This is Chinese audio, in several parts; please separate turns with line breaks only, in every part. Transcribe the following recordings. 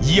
以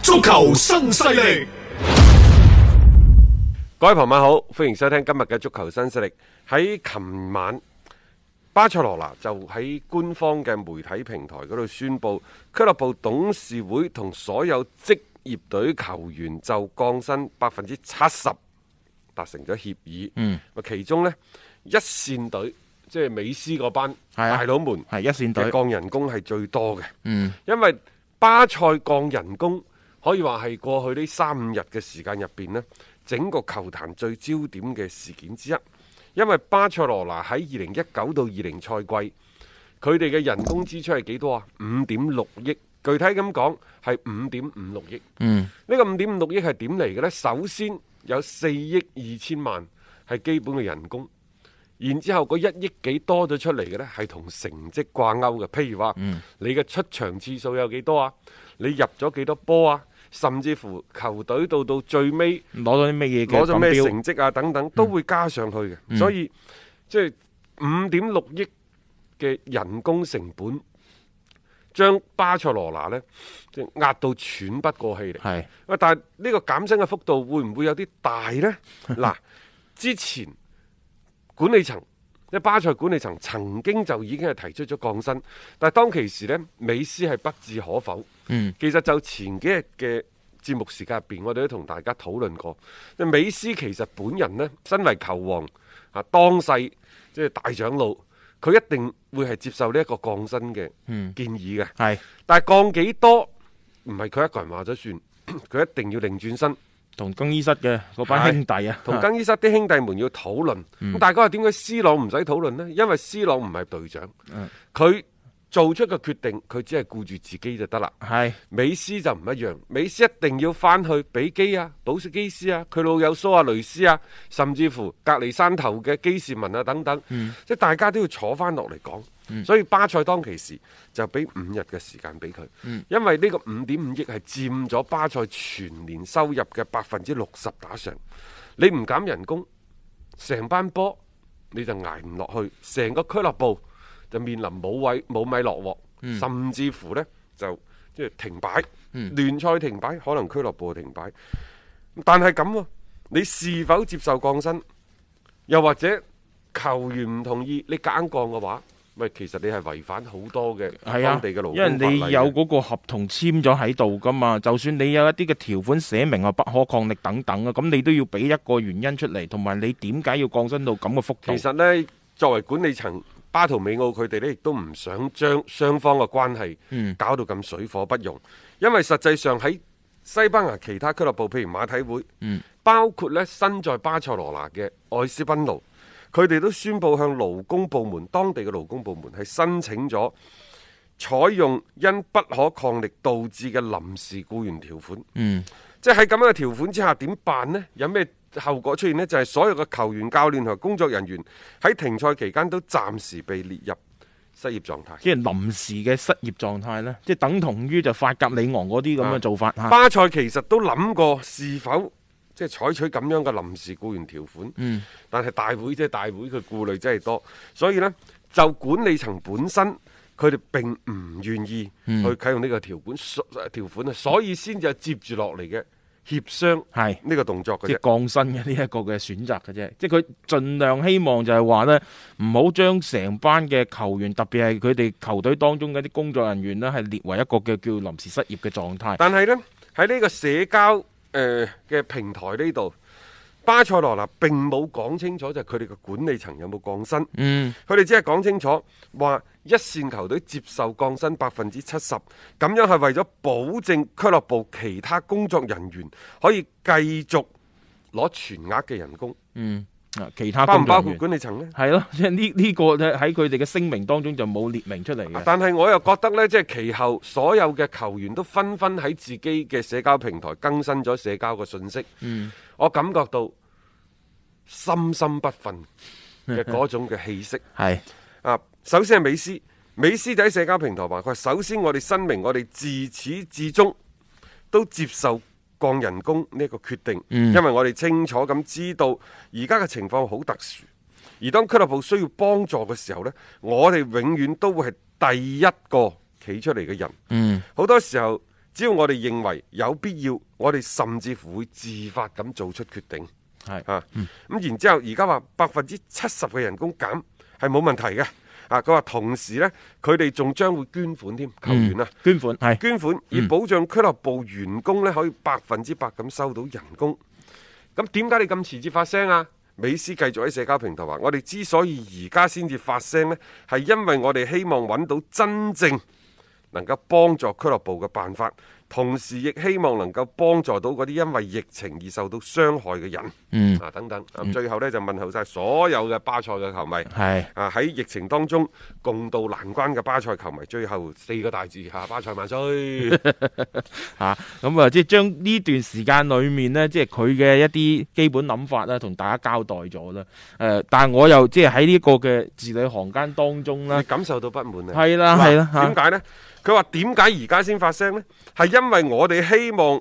足球新勢力，
各位朋友好，歡迎收聽今日嘅足球新勢力。喺琴晚，巴塞羅那就喺官方嘅媒體平台嗰度宣布，俱樂部董事會同所有職業隊球員就降薪百分之七十達成咗協議。嗯，其中呢，一線隊即係美斯嗰班
係啊
大佬們
係一線隊
嘅降人工係最多嘅。嗯，因為巴塞降人工可以話係過去呢三五日嘅時間入邊呢，整個球壇最焦點嘅事件之一。因為巴塞羅那喺二零一九到二零賽季，佢哋嘅人工支出係幾多啊？五點六億，具體咁講係五點五六億。嗯，呢個五點五六億係點嚟嘅呢？首先有四億二千萬係基本嘅人工。然之後嗰一億幾多咗出嚟嘅呢，係同成績掛鈎嘅。譬如話，
嗯
你嘅出場次數有幾多啊？你入咗幾多波啊？甚至乎球隊到到最尾
攞到啲咩嘢嘅
攞咗咩
錦標嗯
成績啊等等，都會加上去嘅。所以即係五點六億嘅人工成本，將巴塞羅那呢，即係壓到喘不過氣嚟。
係
喂，但係呢個減薪嘅幅度會唔會有啲大呢？嗱，之前管理層即係巴塞管理層曾經就已經係提出咗降薪，但係當其時呢，美斯係不置可否。嗯，其實就前幾日嘅節目時間入邊，我哋都同大家討論過，即係美斯其實本人呢，身為球王啊，當世即係大長老，佢一定會係接受呢一個降薪嘅建議嘅。
係
但係降幾多唔係佢一個人話咗算，佢一定要另轉身，
同更衣室嘅嗰班兄弟啊，嗯
同更衣室啲兄弟們要討論。咁、大家話點解 C 朗唔使討論呢？因為 C 朗唔係隊長，
嗯
佢、做出嘅決定，佢只係顧住自己就得啦。
係
美斯就唔一樣，美斯一定要翻去比基啊、保斯基斯啊、佢老友蘇亞雷斯啊，甚至乎隔離山頭嘅基士文啊等等，即係大家都要坐翻落嚟講。所以巴塞當其時就俾五日嘅時間俾佢，因為呢個五點五億係佔咗巴塞全年收入嘅百分之六十打上，你唔減人工，成班波你就捱唔落去，成個俱樂部就面臨冇位冇米落鑊，
嗯
甚至乎呢就即係停擺，聯賽停擺，可能俱樂部停擺。但係咁喎，你是否接受降薪？又或者球員唔同意你夾硬降嘅話，咪其實你係違反好多嘅
係啊
當，地嘅勞工
因為你
法例嘅
有嗰個合同簽咗喺度噶嘛，就算你有一啲嘅條款寫明啊不可抗力等等啊，咁你都要俾一個原因出嚟，同埋你點解要降薪到咁嘅幅度
其？實呢，作為管理層，巴圖美奧佢哋呢亦都唔想將雙方嘅關係搞到咁水火不容，因為實際上喺西班牙其他俱樂部，譬如馬體會，包括呢身在巴塞羅那嘅愛斯賓奴，佢哋都宣布向勞工部門當地嘅勞工部門係申請咗。採用因不可抗力導致嘅臨時僱員條款，即係喺咁樣嘅條款之下，點辦呢？有咩後果出現呢？就係、所有嘅球員、教練同工作人員喺停賽期間都暫時被列入失業狀態。
即係臨時嘅失業狀態呢，即係等同於就法甲里昂嗰啲咁嘅做法嚇。
巴塞其實都諗過是否即係採取咁樣嘅臨時僱員條款，
嗯
但係大會即係大會，佢顧慮真係多，所以呢，就管理層本身。佢哋並唔願意
嗯
去啟用呢個條款，所條款啊，所以先至接住落嚟嘅協商
係
呢個動作嘅
即
啫
係。降薪嘅呢一個嘅選擇嘅啫，即係佢盡量希望就係話呢，唔好將成班嘅球員，特別係佢哋球隊當中嘅啲工作人員呢，係列為一個嘅叫臨時失業嘅狀態。
呃但係呢，喺呢個社交誒嘅、平台呢度，巴塞羅那並冇講清楚就係佢哋嘅管理層有冇降薪，
嗯，
佢哋只係講清楚話一線球隊接受降薪百分之七十，咁樣係為咗保證俱樂部其他工作人員可以繼續攞全額嘅人工，
啊其他
包唔
工作
包
人
括
員
管理層呢？
係咯， 即係呢呢個咧喺佢哋嘅聲明當中就冇列明出嚟嘅。
啊但係我又覺得呢，即係其後所有嘅球員都紛紛喺自己嘅社交平台更新咗社交嘅信息。我感覺到心心不憤嘅嗰種嘅氣息。
係
啊，首先係美斯，美斯就喺社交平台話：佢話首先我哋申明，我哋自始至終都接受降人工呢一個決定，因為我哋清楚咁知道而家嘅情況好特殊，而當俱樂部需要幫助嘅時候呢，我哋永遠都會係第一個企出嚟嘅人。嗯，好多時候。只要我哋認為有必要，我哋甚至乎會自發咁做出決定。
係
啊，咁、然之後而家話百分之七十嘅人工減係冇問題嘅。啊，佢話同時呢，佢哋仲將會捐款添，球員啊。
捐款係
捐款以保障俱樂部員工呢可以百分之百咁收到人工。咁點解你咁遲至發聲啊？美斯繼續喺社交平台話：我哋之所以而家先至發聲呢，係因為我哋希望揾到真正能夠幫助俱樂部嘅辦法，同時亦希望能夠幫助到嗰啲因為疫情而受到傷害嘅人。嗯啊，等等。啊最後呢，就問候晒所有嘅巴塞嘅球迷。
係
啊！喺疫情當中共度難關嘅巴塞球迷，最後四個大字 嚇：巴塞萬 歲！
啊，咁啊，即係將呢段時間裏面呢，即係佢嘅一啲基本諗法啦，同大家交代咗啦。誒、但係我又即係喺呢個嘅字裏行間當中啦嗯
你，感受到不滿啊？
係啦係啦
點
嚇，
解呢？佢話點解而家先發聲呢？係因為我哋希望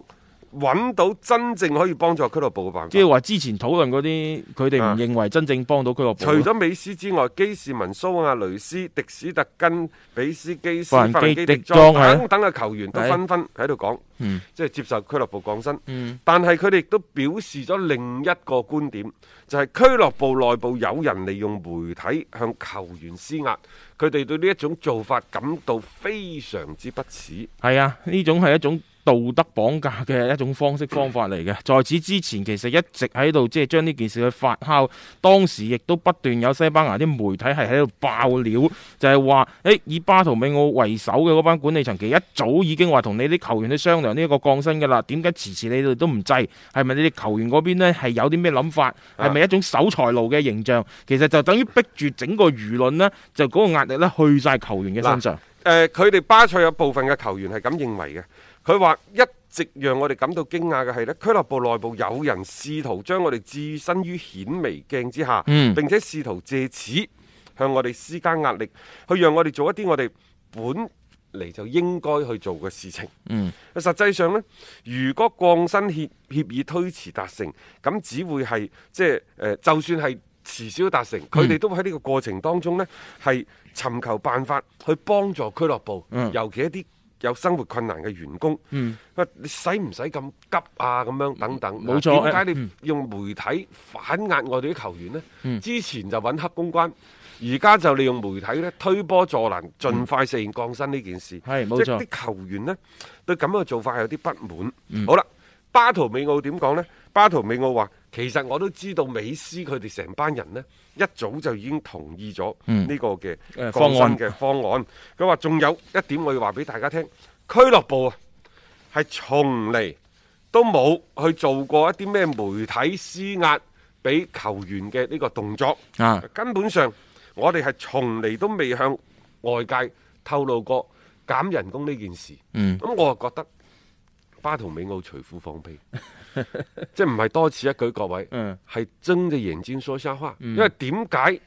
揾到真正可以幫助俱樂部嘅辦法。
即係話之前討論嗰啲，佢哋
啊
唔認為真正幫到俱樂部
除
咯。
咗美斯之外，基士文、蘇亞雷斯、迪史特根、比斯基斯、
法蘭基
法蘭基迪
迪
莊
莊係啊
等等嘅球員都
係
紛紛喺度講
嗯，
即係接受俱樂部降薪。
嗯
但係佢哋亦都表示咗另一個觀點，就係、俱樂部內部有人利用媒體向球員施壓，佢哋對呢一種做法感到非常之不齒。
係啊，呢種係一種道德綁架嘅一種方式方法嚟嘅。在此之前，其實一直喺度即係將呢件事去發酵，當時亦都不斷有西班牙啲媒體係喺度爆料，就係話誒以巴圖美奧為首嘅嗰班管理層，其實一早已經話同你啲球員去商量呢一個降薪㗎啦。點解遲遲你哋都唔制？係咪你哋球員嗰邊呢係有啲咩諗法？係咪一種守財奴嘅形象？其實就等於逼住整個輿論呢，就嗰個壓力呢去晒球員嘅身上。
誒，呃佢哋巴塞有部分嘅球員係咁認為嘅。佢話一直讓我哋感到驚訝嘅係呢俱樂部內部有人試圖將我哋置身於顯微鏡之下，
嗯
並且試圖借此向我哋施加壓力，去讓我哋做一啲我哋本嚟就應該去做嘅事情。
嗯，
實際上呢，如果降薪協協議推遲達成，咁只會係即係誒、呃就算係遲少達
嗯
成，佢哋都會喺呢個過程當中呢，係尋求辦法去幫助俱樂部，
嗯
尤其一啲有生活困難嘅員工。
嗯
喂，你使唔使咁急啊？咁樣等等，
冇錯
點解
誒
你
嗯
用媒體反壓我哋啲球員呢？之前就揾黑公關。而家就利用媒體咧推波助瀾，盡快實現降薪呢件事。
係冇
即係
錯
啲球員呢對咁樣嘅做法有啲不滿。
嗯
好啦，巴圖美奧點講呢？巴圖美奧話：其實我都知道美斯佢哋成班人呢，一早就已經同意咗呢個嘅
嗯誒
降
方案
薪嘅方案。佢話仲有一點我要話俾大家聽，俱樂部啊係從嚟都冇去做過一啲咩媒體施壓俾球員嘅呢個動作。
啊。
根本上，我哋係從嚟都未向外界透露過減人工呢件事。
嗯
咁我就覺得巴圖美奧隨褲放屁， 即係唔係多此一舉，各位，
嗯
係睜隻眼睛說瞎話。因為點解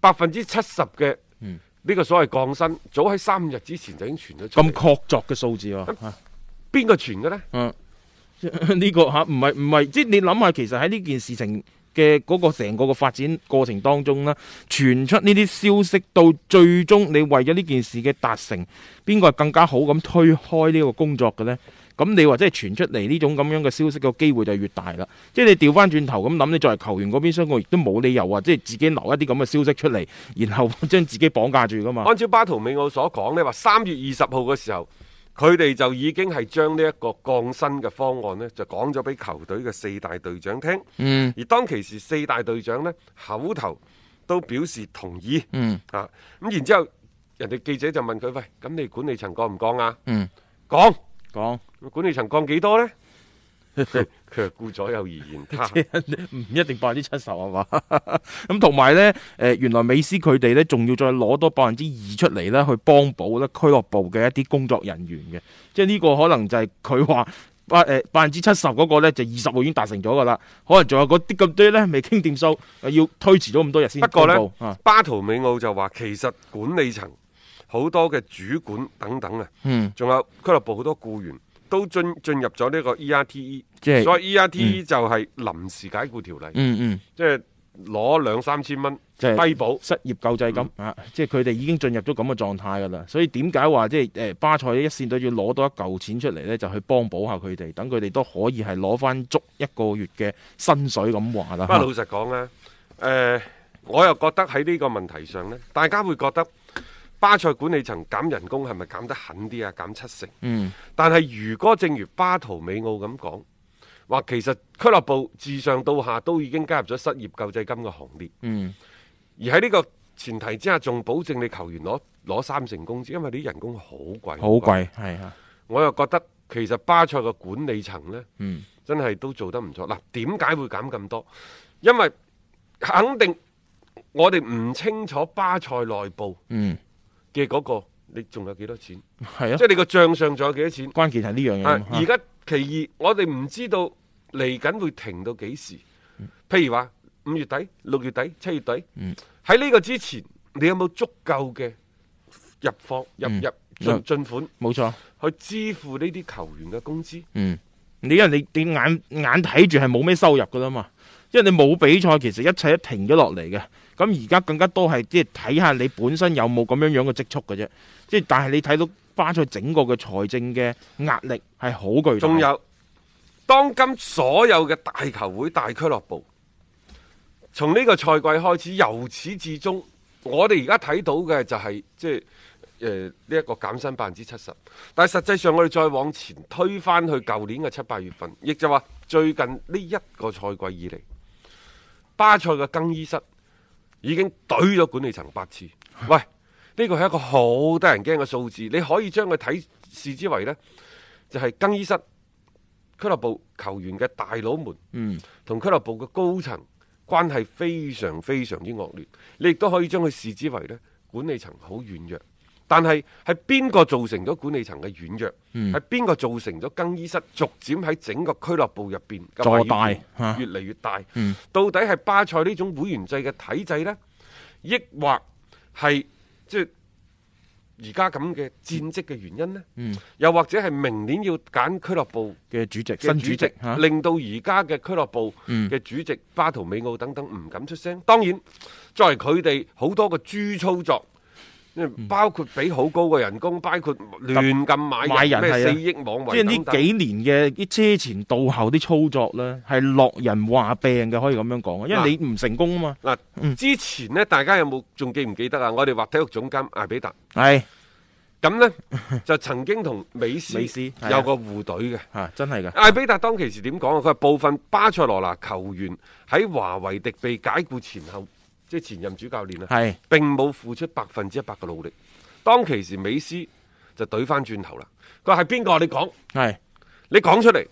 百分之七十嘅
嗯
呢個所謂降薪，早喺三五日之前就已經傳咗出
咁
嚟，
確鑿嘅數字喎、啊，
邊個傳嘅呢？
呢、個啊嚇唔係唔係，即係你諗下，其實喺呢件事情嘅嗰個成個嘅發展過程當中咧，傳出呢啲消息到最終，你為咗呢件事嘅達成，邊個係更加好咁推開呢個工作嘅呢？咁你話即係傳出嚟呢種咁樣嘅消息嘅機會就越大啦。即係你調翻轉頭咁諗，你作為球員嗰邊，相個亦都冇理由話即係自己留一啲咁嘅消息出嚟，然後將自己綁架住噶嘛。
按照巴圖美奧所講呢話三月二十號嘅時候，佢哋就已經係將呢一個降薪嘅方案呢，就講咗俾球隊嘅四大隊長聽。
嗯
而當其時四大隊長呢，口頭都表示同意。
嗯
啊，咁然之後，人哋記者就問佢：喂，咁你管理層降唔降啊？
嗯，
降，
講
管理層降幾多呢？ 佢佢係顧左右而言 他。
唔一定百分之七十係嘛？ 咁同埋呢，誒、原來美斯佢哋呢，仲要再攞多百分之二出嚟呢，去幫補呢俱樂部嘅一啲工作人員嘅，即係呢個可能就係佢話。百誒百分之七十嗰個呢，就二十號已經達成咗㗎啦，可能仲有嗰啲咁多呢，未傾掂數，要推遲咗咁多日先
不
公
過
佈。
呢，
啊，
巴圖美奧就話其實管理層好多嘅主管等等啊，
嗯，
仲有俱樂部好多僱員都進進入咗呢 E 個 ERTE，
即係
所以 E ERTE 就係臨時解僱條例，
嗯嗯，
即係攞兩三千蚊
即係
低保。嗯
失業救濟金、啊，即係佢哋已經進入咗咁嘅狀態㗎啦。所以點解話即係誒巴塞一線隊要攞多一嚿錢出嚟呢？就去幫補下佢哋，等佢哋都可以係攞翻足一個月嘅薪水咁話啦。
不過老實講啊，誒、我又覺得喺呢個問題上呢，大家會覺得巴塞管理層減人工係咪減得狠啲啊？減七成。
嗯
但係如果正如巴圖美奧咁講，話其實俱樂部自上到下都已經加入咗失業救濟金嘅行列，
嗯
而喺呢個前提之下，仲保證你球員攞攞三成工資，因為啲人工好貴，
好貴係啊，
我又覺得其實巴塞嘅管理層呢，
嗯
真係都做得唔錯。嗱，點解會減咁多？因為肯定我哋唔清楚巴塞內部
嗯
嘅嗰、個，你仲有幾多錢？
係
即
啊，
係你個帳上仲有幾多錢？
關鍵係呢樣嘢
啊
啊！
而家其二，我哋唔知道嚟緊會停到幾時。
嗯
譬如話五月底、六月底、七月底，喺呢個之前，你有冇足夠嘅入貨、入
嗯
入
有
進進款
冇錯，
去支付呢啲球員嘅工資？
嗯，你因為你你眼眼睇住係冇咩收入㗎啦嘛。因為你冇比賽，其實一切都停咗落嚟嘅。咁而家更加多係即係睇下你本身有冇咁樣樣嘅積蓄嘅啫。即係但係你睇到巴塞整個嘅財政嘅壓力係好巨大。
仲有當今所有嘅大球會、大俱樂部，從呢個賽季開始，由始至終，我哋而家睇到嘅就係、即係誒呢一個減薪百分之七十，但係實際上我哋再往前推返去舊年嘅七八月份，亦就話最近呢一個賽季以嚟，巴塞嘅更衣室已經懟咗管理層八次。喂，呢個係一個好得人驚嘅數字，你可以將佢睇視之為呢，就係、更衣室俱樂部球員嘅大佬們，嗯，同俱樂部嘅高層關係非常非常之惡劣。你亦都可以將佢視之為呢管理層好軟弱。但係係邊個造成咗管理層嘅軟弱？
嗯
係邊個造成咗更衣室逐漸喺整個俱樂部入邊嘅
坐
位
大
置
嚇嗯
越嚟越大？到底係巴塞呢種會員制嘅體制呢？抑或係即係而家咁嘅戰績嘅原因呢？
嗯
又或者係明年要揀俱樂部
嘅主席
嘅
新主席嚇，嗯
令到而家嘅俱樂部嘅主席巴圖美奧等等唔敢出聲。當然，作為佢哋好多嘅豬操作。因為
嗯
包括俾好高嘅人工，包括亂咁買
買人
咩
係啊
四億網
即係
圍等等
呢幾年嘅啲車前到後啲操作呢，係落人話病嘅，可以咁樣講啊。因為你唔成功啊嘛，
嗱，之前呢，大家有冇仲記唔記得啊？我哋話體育總監艾比達，
係
咁 呢，就曾經同美斯
美斯係啊
有個互懟嘅。
嚇，啊真係㗎。
艾比達當其時點講啊？佢話部分巴塞羅那球員喺華為迪被解僱前後，即係前任主教練啊，
係
並冇付出百分之一百嘅努力。當其時美斯就懟翻轉頭啦。佢話係邊個？你講，
係
你講出嚟。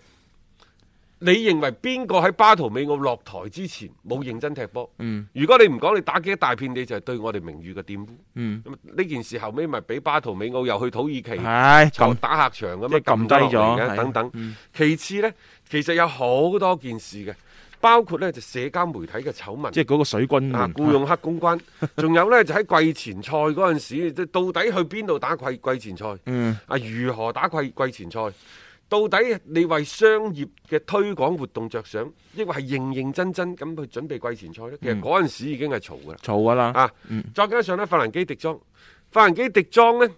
你認為邊個喺巴圖美奧落台之前冇認真踢波？嗯，如果你唔講，你打幾大片，你就係對我哋名譽嘅玷污。嗯，咁呢件事後尾咪俾巴圖美奧又去土耳其。
係
就
咁
打客場咁
即
樣
係
撳
撳低咗
低咗
係啊嗯
嘅等等。其次呢，其實有好多件事嘅，包括呢就社交媒體嘅醜聞，
即係啊嗰個水軍
啊
門
僱用黑公關， 仲有呢就喺季前賽嗰陣時，即係到底去邊度打季季前賽？
嗯
啊，如何打季季前賽？到底你為商業嘅推廣活動着想，抑或係認認真真咁去準備季前賽呢？
嗯
其實嗰陣時已經係嘈㗎啦。
嘈㗎啦。
啊，再加上呢，法蘭基迪莊，法蘭基迪莊呢，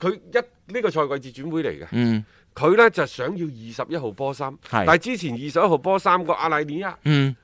佢一呢個賽季至轉會嚟嘅。
嗯
佢呢就想要二十一號波衫，
係
但係之前二十一號波衫個阿賴尼亞
嗯，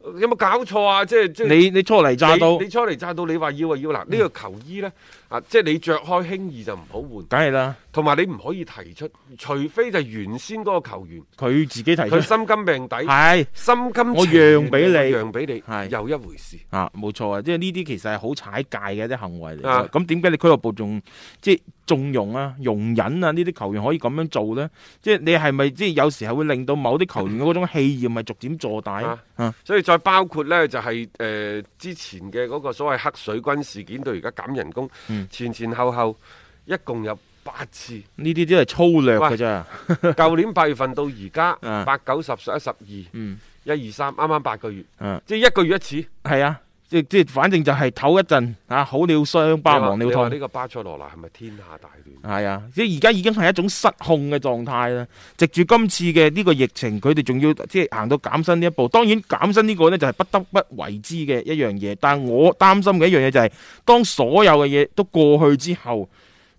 有冇搞錯啊？即係即係
你你初嚟炸到嗯
你，你初嚟炸到你話要啊要嗱，呢、個球衣呢，啊，即係你着開輕易就唔好換。
梗係啦。
同埋你唔可以提出，除非就係原先嗰個球員
佢自己提出
佢心甘命抵，
係
心甘
我
情願
讓俾你
我讓俾你
係
又一回事。
啊，冇錯啊，即係呢啲其實係好踩界嘅一啲行為嚟
啊
嘅。咁點解你俱樂部仲即係縱容啊、容忍啊呢啲球員可以咁樣做呢？即係你係咪即係有時係會令到某啲球員嘅嗰種氣焰係逐漸坐大啊？啊
所以再包括呢，就係、呃之前嘅嗰個所謂黑水軍事件到而家減人工，前前後後一共有八次。
呢啲都係粗略嘅咋。
舊年八月份到而家
啊
八九十十一十二，一二三，啱啱八個月，
嗯
即係一個月一次。
係啊，即即係反正就係唞一陣啊，好了傷疤
你話
忘了
你話
痛
呢。個巴塞羅那係咪天下大亂？
係啊，即係而家已經係一種失控嘅狀態啦。藉住今次嘅呢個疫情，佢哋仲要即係行到減薪呢一步。當然減薪呢個呢，就係不得不為之嘅一樣嘢，但係我擔心嘅一樣嘢就係、當所有嘅嘢都過去之後。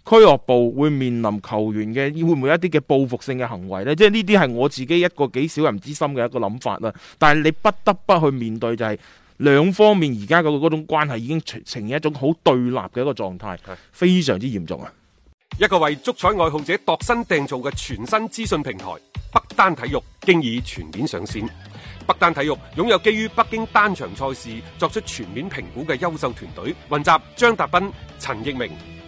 俱樂部會面臨球員嘅會唔會有一啲嘅報復性嘅行為呢？即係呢啲係我自己一個幾小人之心嘅一個諗法啦。但係你不得不去面對就係、兩方面而家嘅嗰種關係已經呈呈現一種好對立嘅一個狀態，非常之嚴重啊！
一個為足彩愛好者度身訂造嘅全新資訊平台北單體育，經已全面上線。北單體育擁有基於北京單場賽事作出全面評估嘅優秀團隊，雲集張達斌、陳奕明、